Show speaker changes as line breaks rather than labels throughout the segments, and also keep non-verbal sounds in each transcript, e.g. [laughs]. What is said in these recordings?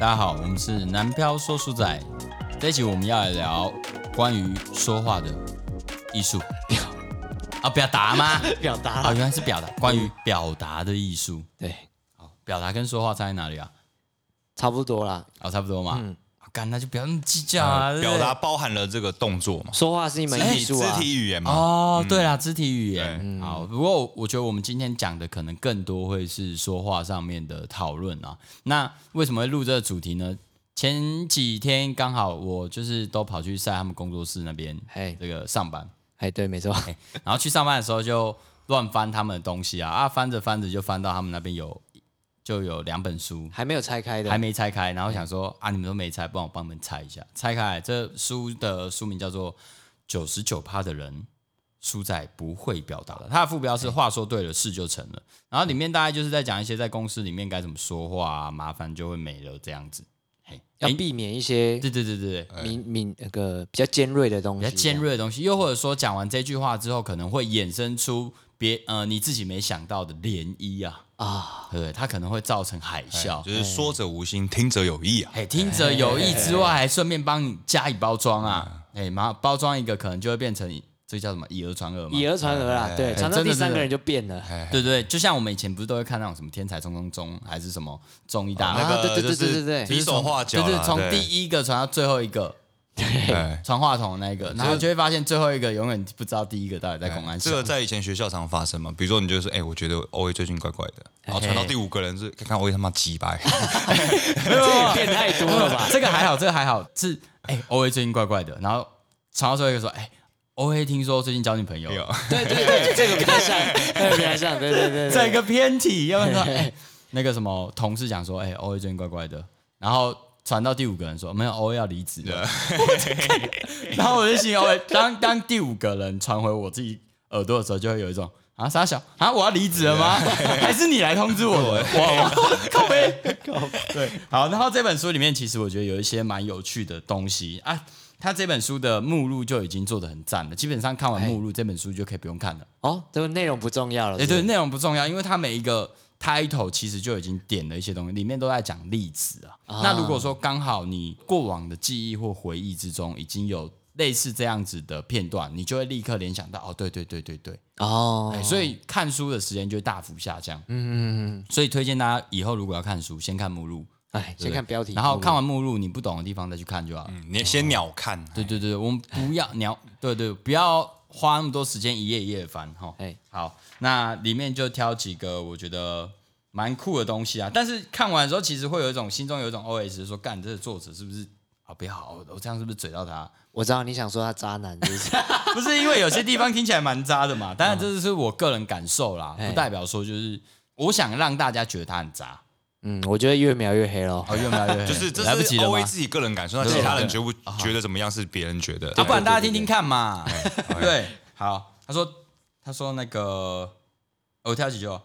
大家好，我们是南漂说书仔。这一集我们要来聊关于说话的艺术，表啊表达
[laughs]
吗？
表达
啊，原来是表达，关于表达的艺术。
对，
好，表达跟说话差在哪里啊？
差不多啦。
啊，差不多嘛。嗯，干，那就不要那么计较啊。对不对
呃
哎
表达包含了这个动作嘛，
说话是一门
肢
艺
体
术啊
肢，体语言嘛。
哦，对
嗯
啦，肢体语言。好，不过我觉得我们今天讲的可能更多会是说话上面的讨论啊。那为什么会录这个主题呢？前几天刚好我就是都跑去晒他们工作室那边
嘿，
这个上班，
哎，对，没错，
然后去上班的时候就乱翻他们的东西啊啊，翻着翻着就翻到他们那边有就有两本书，
还没有拆开的，
还没拆开，然后想说啊，你们都没拆，不然我帮你们拆一下。拆开来这书的书名叫做《九十九趴的人输在不会表达》，它的副标是“话说对了，事就成了”。然后里面大概就是在讲一些在公司里面该怎么说话、啊，麻烦就会没了这样子。嘿，
要
诶
避免一些
对对对对对。
敏敏那个比较尖锐的东
哎比
西，啊
较尖。锐的东西，又或者说讲完这句话之后，可能会衍生出别呃你自己没想到的涟漪啊，
啊，
对不对？它可能会造成海啸，
就是说者无心，听者有意啊。
嘿，听者有意之外，还顺便帮你加以包装啊。哎，妈，包装一个可能就会变成这叫什么以讹传讹嘛
以。讹传讹啦，对，传到
真的
第三
哎真的哎
个人就变了， [laughs]
对对，就像我们以前不是都会看那种什么天才冲冲冲，还是什么综艺大
啊
那
哦那
对
个
对对
就
对对对
是比手画脚
就
啦，
是从
对
第一个传到最后一个
哎
传话筒的那一个，然后就会发现最后一个永远不知道第一个到底在公安
哎这个在以前学校常发生嘛，比如说你就说，哎，我觉得 O A 最近怪怪的，
哎
然后传到第五个人是，看看 O A 他妈鸡掰， [laughs]
变太多了
[laughs]
吧？
这个还好，这个还好，是哎，O A 最近怪怪的，然后传到最后一个说，哎，O A 听说最近交女朋友，
对对对，哎这个比
[laughs]
较像，这个比较像，对对对对，
整个偏题，要
[laughs]
不然说哎，那个什么同事讲说，哎，O A 最近怪怪的，然后传到第五个人说没有，O A 要离职了， [laughs] 然后我就心里 O A，当当第五个人传回我自己耳朵的时候，就会有一种。啊，傻小啊！我要离职了吗？ [laughs] 还是你来通知我的？我
[laughs]
我靠呗， [laughs] 对，好，然后这本书里面其实我觉得有一些蛮有趣的东西啊。他这本书的目录就已经做的很赞了，基本上看
哎
完目录，这本书就可以不用看了。
哦，这个内容不重要了，
哎，
是不
对，
是，
内容不重要，因为它每一个 title 其实就已经点了一些东西，里面都在讲例子啊。那如果说刚好你过往的记忆或回忆之中已经有类似这样子的片段，你就会立刻联想到，哦，对对对对对，
哦
哎，，所以看书的时间就会大幅下降。
嗯嗯嗯，
所以推荐大家以后如果要看书，先看目录，
哎，先看标题，
然后看完目录，你不懂的地方再去看就
哎
好了。
嗯你先鸟看，
哦对对对，我们不要聊，对对，不要花那么多时间一页一页翻哈。
哎
好，那里面就挑几个我觉得蛮酷的东西啊。但是看完的时候，其实会有一种心中有一种 OS 说，干这个作者是不是啊？不要，我我这样是不是嘴到他？
我知道你想说他渣男，是不是？ [laughs]
不是因为有些地方听起来蛮渣的嘛。当然，这是我个人感受啦，
哎
不代表说就是我想让大家觉得他很渣。
嗯，我觉得越描越黑喽。
[laughs] 哦，越描越黑
就是
来不
这
及
是
了
O
吗
A 自己个人感受，那
对
其他
对
人
哦
觉不觉得怎么样是别人觉得哎
啊，不然大家听听看嘛。 [laughs] 对，好，他说他说那个，哦我挑几句哦，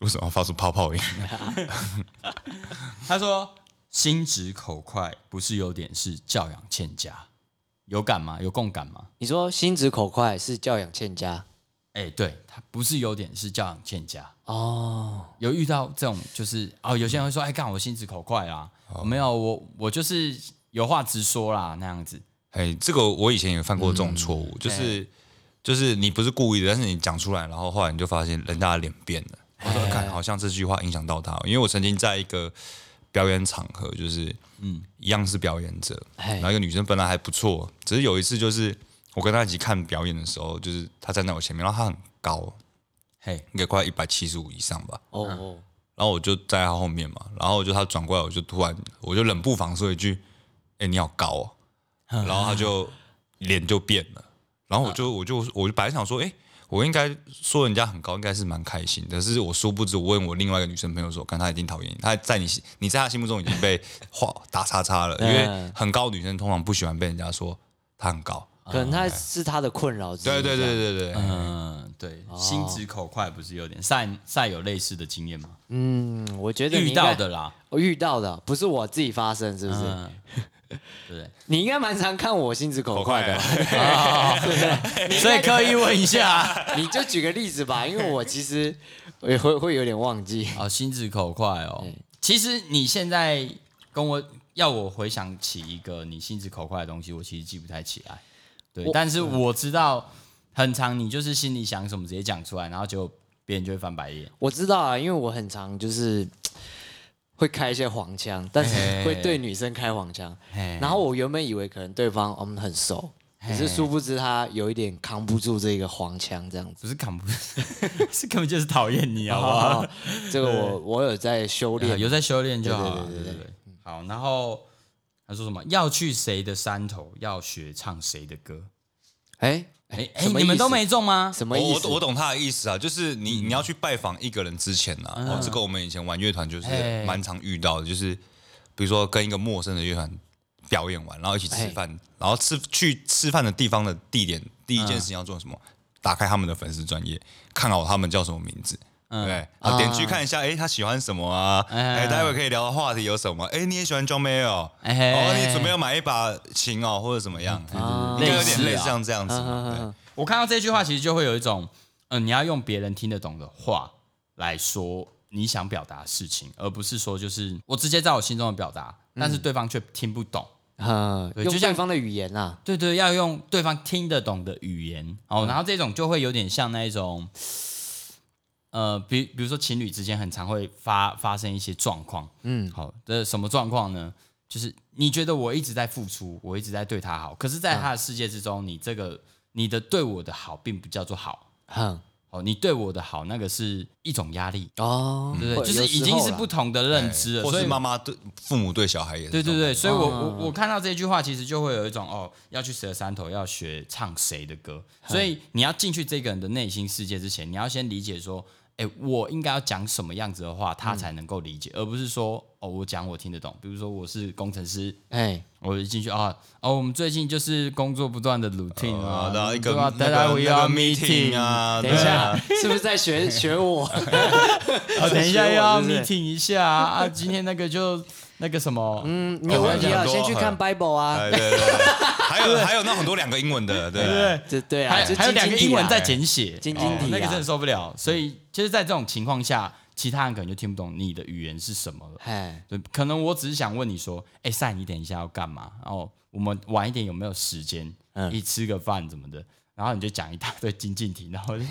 为什么要发出泡泡音？
他说心直口快不是优点，是教养欠佳，有感吗？有共感吗？
你说心直口快是教养欠佳
哎，对，他不是优点，是教养欠佳。
哦，
有遇到这种就是哦，有些人会说，哎，干我心直口快啦，
哦
没有我我就是有话直说啦那样子。
哎，这个我以前也犯过这种错误，就是就是你不是故意的，但是你讲出来，然后后来你就发现人家的脸变了。我说，看，好像这句话影响到他，因为我曾经在一个表演场合，就是嗯，一样是表演者，
哎
然后一个女生本来还不错，只是有一次就是我跟她一起看表演的时候，就是她站在我前面，然后她很高，
嘿，
应该快一百七十五以上吧，
哦
嗯
哦，
然后我就在她后面嘛，然后就她转过来，我就突然我就冷不防说一句：“哎、你好高 [laughs] 哦。”然后她就脸就变了，然后我就我就我就本来想说：“哎、我应该说人家很高，应该是蛮开心的。”但是我殊不知，我问我另外一个女生朋友说：“看她一定讨厌你，她在你心你在她心目中已经被画打叉叉了，因 [laughs] 为
嗯
很高的女生通常不喜欢被人家说她很高。”
可能他是他的困扰之一。
对对
这
对
样，
对对，
嗯，对，
哦
心直口快不是优点。赛赛有类似的经验吗？
嗯，我觉得你
遇
应该 [laughs] 哦
到的啦，
我遇到的不是我自己发生，是不是？
嗯，
[laughs]
对不啊对？
你应该蛮常看我心直口快的，
所以刻意问一下，
[laughs] 你就举个例子吧，因为我其实我也会会有点忘记。
哦，心直口快哦。其实你现在跟我要我回想起一个你心直口快的东西，我其实记不太起来。对，
我
但是我知道，很长你就是心里想什么直接讲出来，然后结果别人就会翻白眼。
我知道啊，因为我很常就是会开一些黄腔，但是
嘿
会对女生开黄腔。
嘿
然后我原本以为可能对方哦我们很熟，可是殊不知他有一点扛不住这个黄腔这样子。
不是扛不， [laughs] 是根本就是讨厌你，好啊不好？
哦，这个我我有在修
呃
炼，
[laughs] 有在修炼就好了。
对
对对好，然后他说什么？要去谁的山头，要学唱谁的歌。
哎
哎
哎
哎，你们都没中吗？
什么
我
意
我
思？
懂我懂他的意思啊，就是你你要去拜访一个人之前呢、啊，哦，这个我们以前玩乐团就是
哎
蛮常遇到的，就是比如说跟一个陌生的乐团表演完，然后一起吃饭，然后吃去吃饭的地方的地点，第一件事情要做什么？打开他们的粉丝专业，看好他们叫什么名字。对
嗯
不对，啊，点去看一下，哎，他喜欢什么啊？
哎
哎，待会可以聊的话题有什么？哎，你也喜欢 John Mayer，哦，
哎
哦，你准备要买一把琴哦，或者怎么样？应该有点类似像这样子嘛。对
我看到这句话，其实就会有一种，嗯，你要用别人听得懂的话来说你想表达的事情，而不是说就是我直接在我心中的表达，但是对方却听不懂。
啊，
对
用
就像
对方的语言啊，
对对，要用对方听得懂的语言哦，然后这种就会有点像那一种，呃，比比如说情侣之间很常会发发生一些状况，嗯，好的什么状况呢？就是你觉得我一直在付出，我一直在对他好，可是，在他的世界之中，你这个你的对我的好，并不叫做好，
哼
哦，你对我的好那个是一种压力，
嗯
哦，
对不
会
对？就是已经是不，同的认知了，
哎或
所以
是妈妈对父母对小孩也是
对对
这种
对，所以我我我看到这句话，其实就会有一种哦，要去谁的山头，要学唱谁的歌。所以你要进去这个人的内心世界之前，你要先理解说，哎，我应该要讲什么样子的话，
嗯
他才能够理解，而不是说哦，我讲我听得懂。比如说我是工程师，
有时候啦哎，
我一进去啊，哦，我们最近就是工作不断的 routine 啊
啊，，然后一
对吧
个
大家
那个
we
那
are
个 meeting 啊，
等
对
一
啊
下，，是不是
[laughs]
在学学我？
啊，等一下又要
[laughs] 是不是
meeting 一下啊，啊今天那个就 [laughs] 那个什么，
嗯你有问题啊，
我跟你
先
讲
去看 Bible 啊，
哎对对对，还有还有那很多两个英文的，对
这对啊，
还
就
还有
晶
两个
晶体
英文
啊
在简写，哦
晶晶体
那个
啊
真的受不了。所以就是在这种情况下，其他人可能就听不懂你的语言是什么了。
哎，
对，可能我只是想问你说，哎、赛，你等一下要干嘛？然后我们晚一点有没有时间，
嗯
一起吃个饭怎么的？然后你就讲一大堆精进题，然后我就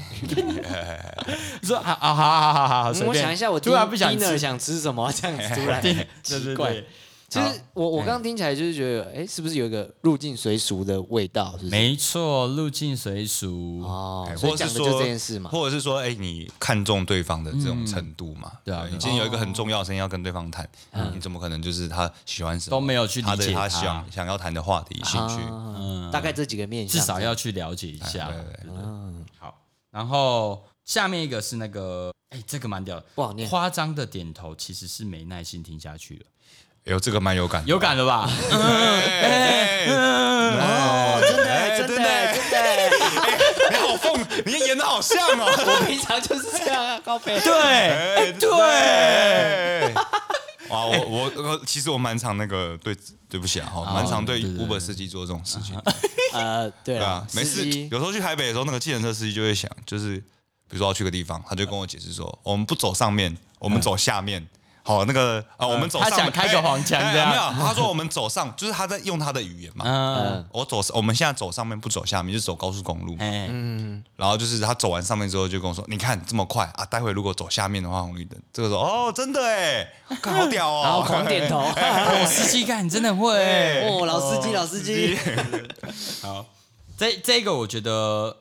[laughs]
说啊啊，好好好好好，随
嗯我
便。
想一下，我
突然不想
dinner
吃，
想吃什么 [laughs] 这样子，突
[laughs]
然
对对
[laughs] 奇
对
怪
对。
其实我
哎
我刚刚听起来就是觉得，哎，是不是有一个入境随俗的味道？是不是
没哎错，入境随俗。
哦
对，，
所以
哎或者
讲
是
的就
说
这件事嘛。
或者是说，哎，你看重对方的这种程度嘛？
对啊对啊嗯
你今天有一个很重要的声音要跟对方谈，你怎么可能就是他喜欢什么
都没有去理
他的
解
他
他
想想要谈的话题兴趣？
啊，大概这几个面
嗯至
向，
少要去了解一下。嗯
哎对
对
对
对好，然后下面一个是那个，哎，这个蛮屌的，
不好念
夸张的点头其实是没耐心听下去了，
有这个蛮有感，
有感了吧？
哎，
哦，真的
哎
真的
真的
真的， [laughs]
你好凤，你演的好像哦，
我平常就是这样啊，高飞。
对，
哎，对。哇，我我我，其实我蛮常那个对，对不起啊，哈，蛮常对
哦对对对啊
Uber 司机做这种事情。
呃，对
对啊
了，，
每
司
次
机
有时候去台北的时候，那个计程车司机就会想，就是比如说要去个地方，他就跟我解释说，我们不走上面，我们走下面。好，那个啊，我们走上
嗯
面。
他想开个黄腔
哎哎
这样
没有，他说我们走上，就是他在用他的语言嘛。
[laughs] 嗯，
我走，我们现在走上面，不走下面，就是走高速公路嘛。
哎，
然后就是他走完上面之后，就跟我说：“你看这么快啊，待会如果走下面的话，红绿灯。”这个时候哦，真的哎，看好屌哦，哎
然后狂点头，
我哦司机干你真的会欸。
哦，老司机，老司机，
这这个我觉得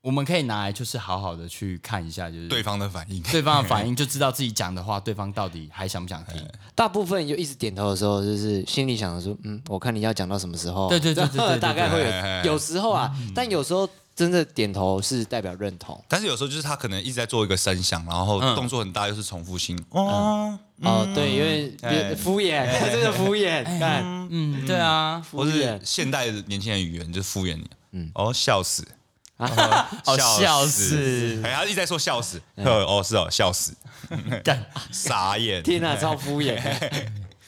我们可以拿来就是好好的去看一下，就是
[laughs] 对方的反应。
对方的反应，就知道自己讲的话，对方到底还想不想听。
哎
大部分就一直点头的时候，就是心里想着说，嗯，我看你要讲到什么时候。
对对对对对对
[laughs]
嗯
大概
对对
会
对对
有，有时候啊，但有时候真的点头是代表认同。
但是有时候就是他可能一直在做一个声响，然后动作很大，又是重复性。哦，
哦，对，因为
哎
别敷衍，真的敷衍，看
嗯，对啊，
或
敷
是
衍，
现代的年轻人语言就是敷衍你，嗯，哦，笑死，
哦，笑
笑
死，
哎，他一直在说笑死，呃哦是哦，笑死，
干
傻眼，哎
天哪，超敷衍。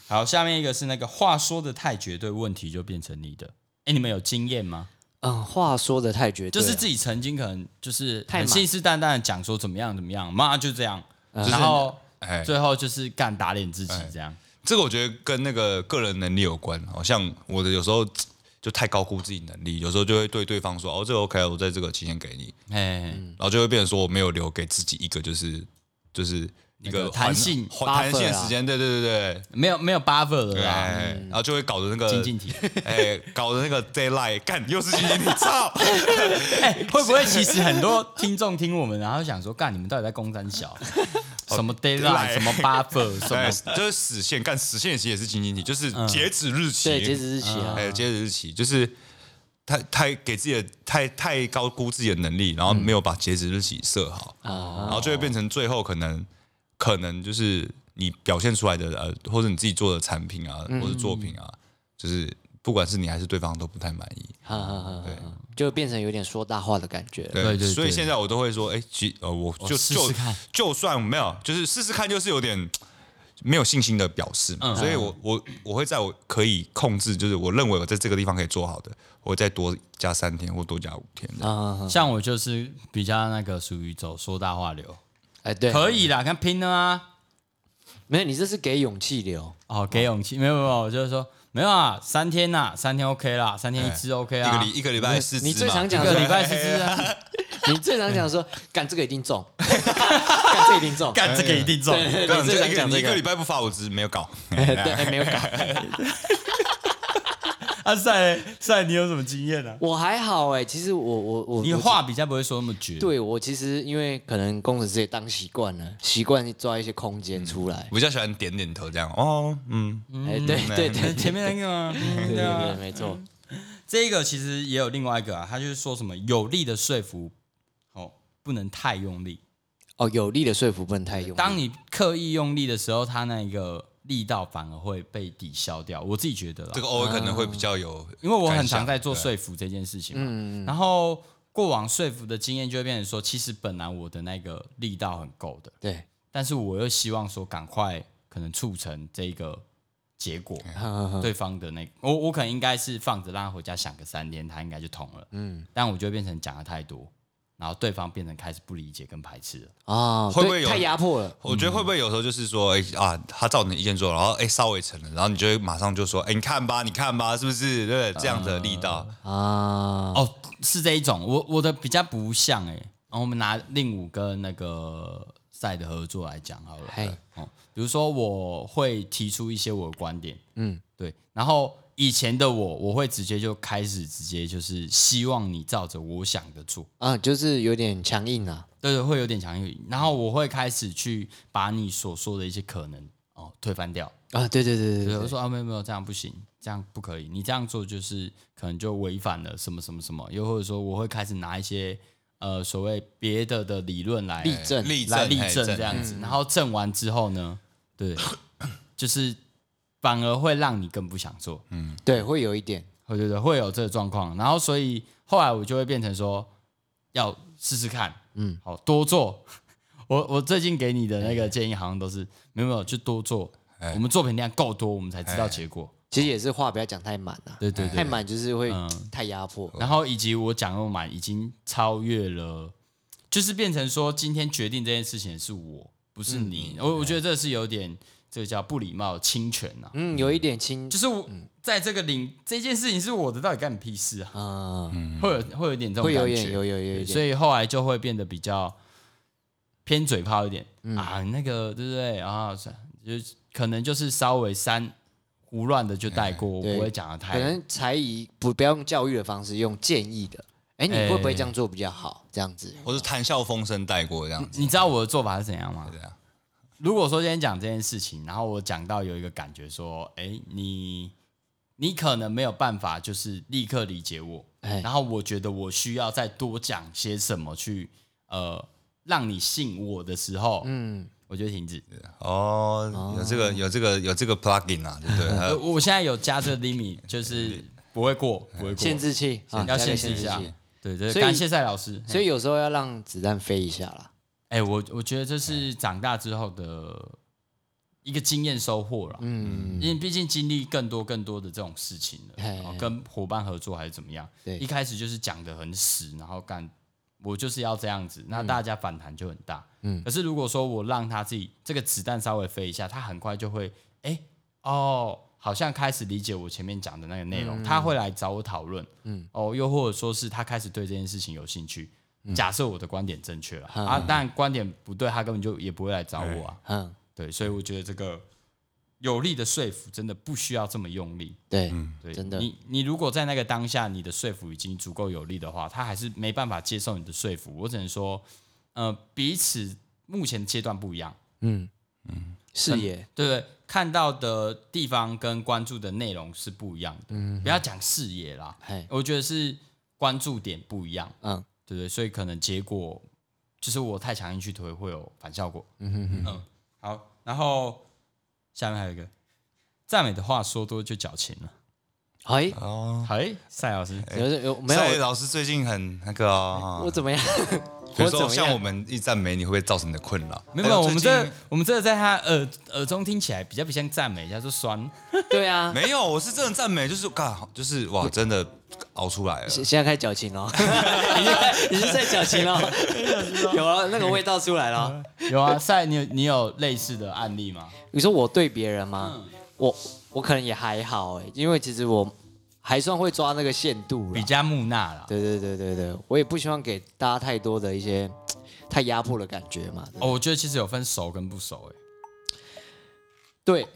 好，下面一个是那个话说的太绝对，问题就变成你的。哎，你们有经验吗？
嗯，话说的太绝对
就
了，
是自己曾经可能就是
太
很
忙嗯
信誓旦旦的讲说怎么样怎么样，妈就这样，
是
然后
哎，
最后就是干打脸自己这样。
这个我觉得跟那个个人能力有关，好像我的有时候嘖就太高估自己能力，有时候就会对对方说哦，这个 OK，我在这个期间给你，
嗯
哎，
然后就会变成说我没有留给自己一个就是就是
那
一个
个弹性
缓弹
buffer
性
啊
时间，对对对对。
没有没有 buffer 了
对，
啦，
哎然后就会搞得那个
情境题，
哎，搞得那个 d a y l i g h t 干又是情境题，操！
哎， [laughs] 会不会其实很多听众听我们，然后想说，干你们到底在攻三小？什么 d a y l i g h t 什么 buffer，什么
对，就是死线，干死线其实也是情境题，就是截止日期，
对截止日期啊，
哎，截止日期就是太太给自己的太太高估自己的能力，然后没有把截止日期设好，然后就会变成最后可能可能就是你表现出来的呃，或者你自己做的产品啊，或者作品啊，就是不管是你还是对方都不太满意。
哈哈哈哈，就变成有点说大话的感觉。
对
对对
所以
对
现在我都会说，哎，其呃，我就
试
就
试看
就算没有，就是试试看，就是有点。没有信心的表示嘛，所以我我我会在我可以控制，就是我认为我在这个地方可以做好的，我再多加三天或多加五天这样。
啊，
像我就是比较那个属于走说大话流，
哎，对，
可以啦，看拼了啊！
没有，你这是给勇气流，
哦，给勇气，没有没有没有，我就是说没有啊，三天呐，三天 OK 啦，三天一支 OK
一
啊
个，礼一个礼拜四
你
次
最
嘛
常
一
讲
个
说
礼拜四支啊，
你 [laughs] 最常讲说，干这个一定中， [laughs] 干这个一定中，
干这啊个一定中。
对
[laughs]
对
对
对，
你
你最
这
常
一个
讲
你
这
一个礼
个，
拜不发，我只是没有搞。
[laughs] 对，哎没有搞，
阿啊赛赛，你有什么经验啊呢？
我还好哎，其实我我我
你
我
话比较不会说那么绝，
对我其实因为可能工程师也当习惯了，习惯抓一些空间出来
我。比较喜欢点点头这样。哦，嗯，
哎，对对对，
前面那个
[laughs]
嘛，嗯
对
对
对
啊
对，，没错。
这个其实也有另外一个啊，他就是说什么有力的说服，哦，不能太用力。
哦，有力的说服不能太用力。
当你刻意用力的时候，他那个力道反而会被抵消掉。我自己觉得啦，
这个偶尔可能会比较有，
因为我很常在做说服这件事情嘛。然后过往说服的经验就会变成说，其实本来我的那个力道很够的，
对，
但是我又希望说赶快可能促成这个结果，对方的那个，我我可能应该是放着让他回家想个三天，他应该就通了。嗯，但我就会变成讲的太多，然后对方变成开始不理解跟排斥了。
哦，
会不
对
会有
太压迫了？
我觉得会不会有时候就是说，哎啊，他照你的意见做，然后哎稍微成了，然后你就会马上就说，哎，你看吧，你看吧，是不是？对，这样的力道，
啊，
哦，是这一种，我我的比较不像哎、然后我们拿令武跟那个赛的合作来讲好了
嘿。
哦，比如说我会提出一些我的观点，嗯，对。然后以前的我，我会直接就开始直接就是希望你照着我想的做，
啊，就是有点强硬啊。
对对，会有点强硬。然后我会开始去把你所说的一些可能哦推翻掉。
啊，对对对对
对，
对
我说啊，没有没有，这样不行，这样不可以，你这样做就是可能就违反了什么什么什么，又或者说我会开始拿一些呃所谓别的的理论来
例证嗯
立
来
正，
例
哎
证这样子，然后证完之后呢，对， [coughs] 就是反而会让你更不想做，
对，会有一点
会对对，会有这个状况，然后所以后来我就会变成说要试试看，嗯，好多做。我我最近给你的那个建议好像都是没有没有，就多做。
哎
我们作品量够多，我们才知道结果。
其实也是话不要讲太满啊，
对对对嗯
太满就是会太压迫。
然后以及我讲购买已经超越了，就是变成说今天决定这件事情的是我，不是
嗯
你。我我觉得这是有点这个叫不礼貌侵权啊，
嗯，有一点轻
就是我
嗯
在这个领这件事情是我的，到底干你屁事啊？
啊，
会有会有一点这种
会有
感
一点
觉，
有有有
对
一
所
点。
以后来就会变得比较偏嘴炮一点
嗯
啊，那个对不对啊？是就是可能就是稍微三胡乱的就带过，我
哎对
不会讲的
可
太。
能才艺不不要用教育的方式，用建议的。哎，你
哎
会不会这样做比较好？这样子
我是谈笑风生带过这样子，
你知道我的做法是怎样吗？
这样
如果说今天讲这件事情，然后我讲到有一个感觉说，哎，你你可能没有办法就是立刻理解我，
哎
然后我觉得我需要再多讲些什么去呃让你信我的时候，嗯，我就停止。
哦，有这个有这个有这个 plugin 啊，对不对？还
[laughs] 呃
有
我我现在有加这个 limit，就是不会过，不会过，
限制器啊，
要
加个
限制
限
一
制
下哎
器。
对对，
所以
感谢赛老师。
所以有时候要让子弹飞一下啦。哎
哎，我我觉得这是长大之后的一个经验收获了。嗯，因为毕竟经历更多更多的这种事情了，
嘿
然后跟伙伴合作还是怎么样。
对
一开始就是讲的很死，然后干我就是要这样子，那大家反弹就很大。嗯，可是如果说我让他自己这个子弹稍微飞一下，他很快就会，哎、哦，好像开始理解我前面讲的那个内容，他会来找我讨论，嗯，哦，又或者说是他开始对这件事情有兴趣。假设我的观点正确了、啊，但观点不对，他根本就也不会来找我啊。
嗯，
对，所以我觉得这个有力的说服真的不需要这么用力。
对，
对，
真的
你你如果在那个当下，你的说服已经足够有力的话，他还是没办法接受你的说服。我只能说，呃，彼此目前阶段不一样，
嗯视野，
对不对？看到的地方跟关注的内容是不一样的。
嗯
不要讲视野啦，
嘿，
我觉得是关注点不一样，
嗯，
对不对？所以可能结果就是我太强硬去推会有反效果。嗯嗯好，然后下面还有一个赞美的话说多就矫情了。
哎，
哦，
哎，赛老师，
有有没
没有
有？
老师最近很那个哦，
我怎么样？
比
我
如
怎么
说像我
样？
们一赞美，你会不会造成你的困扰？
没有没有，
哎
我们
最
这
近
我们这个在他耳耳中听起来比较不像赞美，叫做酸。
对啊，
没有，我是真的赞美，就是干，就是哇，真的熬出来了。
现现在开始矫情了，你是你是在矫情了？有啊，那个味道出来了。
有啊，赛，你有你有类似的案例吗？
你说我对别人吗？
嗯
我我可能也还好哎、因为其实我还算会抓那个限
[laughs]
度
比
啦。
加木纳啦。
对对对对对，我也不希望给大家太多的一些太压迫的感觉嘛。
哦，我觉得其实有分熟跟不熟诶、欸
对，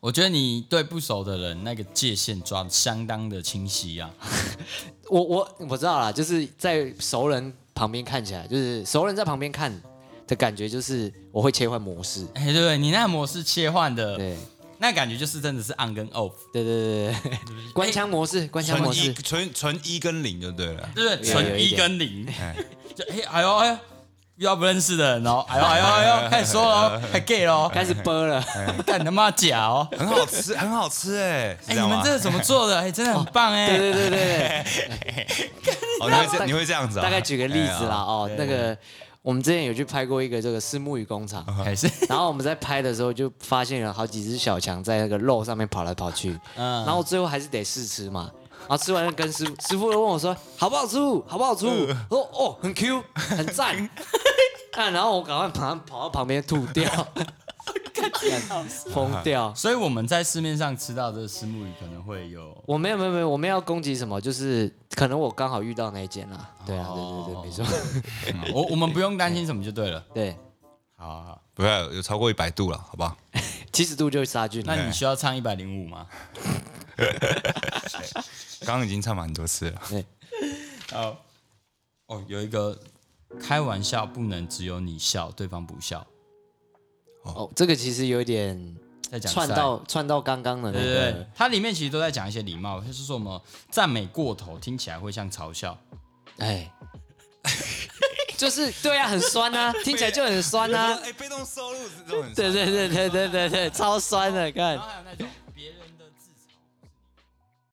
我觉得你对不熟的人那个界限抓的相当的清晰 [laughs] 啊。
我我我知道啦，就是在熟人旁边看起来，就是熟人在旁边看的感觉，就是我会切换模式。
哎、对对，你那模式切换的，
对
那感觉就是真的是 on 跟 off，
对对对
[laughs]
对对，关枪模
哎
式，关枪模
纯一
式，
纯纯一跟零就对了，
对不对？
有有
纯
一
一
点
跟零
哎，
[laughs] 就哎、哎呦哎呦，遇到不认识的人哦，哎呦哎呦 [laughs] 哎呦，开始说了哦，还 gay 了 [laughs] 哦，
开始播了。
哎
干他妈假 [laughs] 哦！
很好吃，很好吃哎！是
哎、
样
你们
吗
这怎么做的？哎、真的很棒哎、
对对对对
[laughs]
对，
哦，你会这你会这样子啊？
[laughs] 大概举个例子啦
哎呀，
哦，那个我们之前有去拍过一个这个私木鱼工厂，
[laughs] 还是
然后我们在拍的时候就发现了好几只小强在那个肉上面跑来跑去，
嗯
然后最后还是得试吃嘛。然后吃完了跟师傅，师傅又问我说好不好吃，好不好吃？
嗯
我说哦，很 Q，很
[laughs]
赞。啊，然后我赶快马上跑到旁边吐
[laughs]
掉，疯掉。
所以我们在市面上吃到的石目鱼可能会有，
我没有没有没有，我们要攻击什么？就是可能我刚好遇到那一间啦。对啊，对对对，没错，
哦嗯我我们不用担心什么就对了。
对，
好好好，
不要有超过一百度了，好不好？
七十度就是杀菌。
那你需要唱一百零五吗？
刚刚已经唱蛮多次了，
好，哦，有一个开玩笑不能只有你笑，对方不笑。
哦，这个其实有点
再讲一下
串，到串到刚刚的那
对对对
个，，
它里面其实都在讲一些礼貌，就是说什么赞美过头听起来会像嘲笑，
哎，就是对啊，很酸啊，听起来就很酸啊，
哎，被动收入这种很
对对对对对对对，超酸的，看
然后还有那种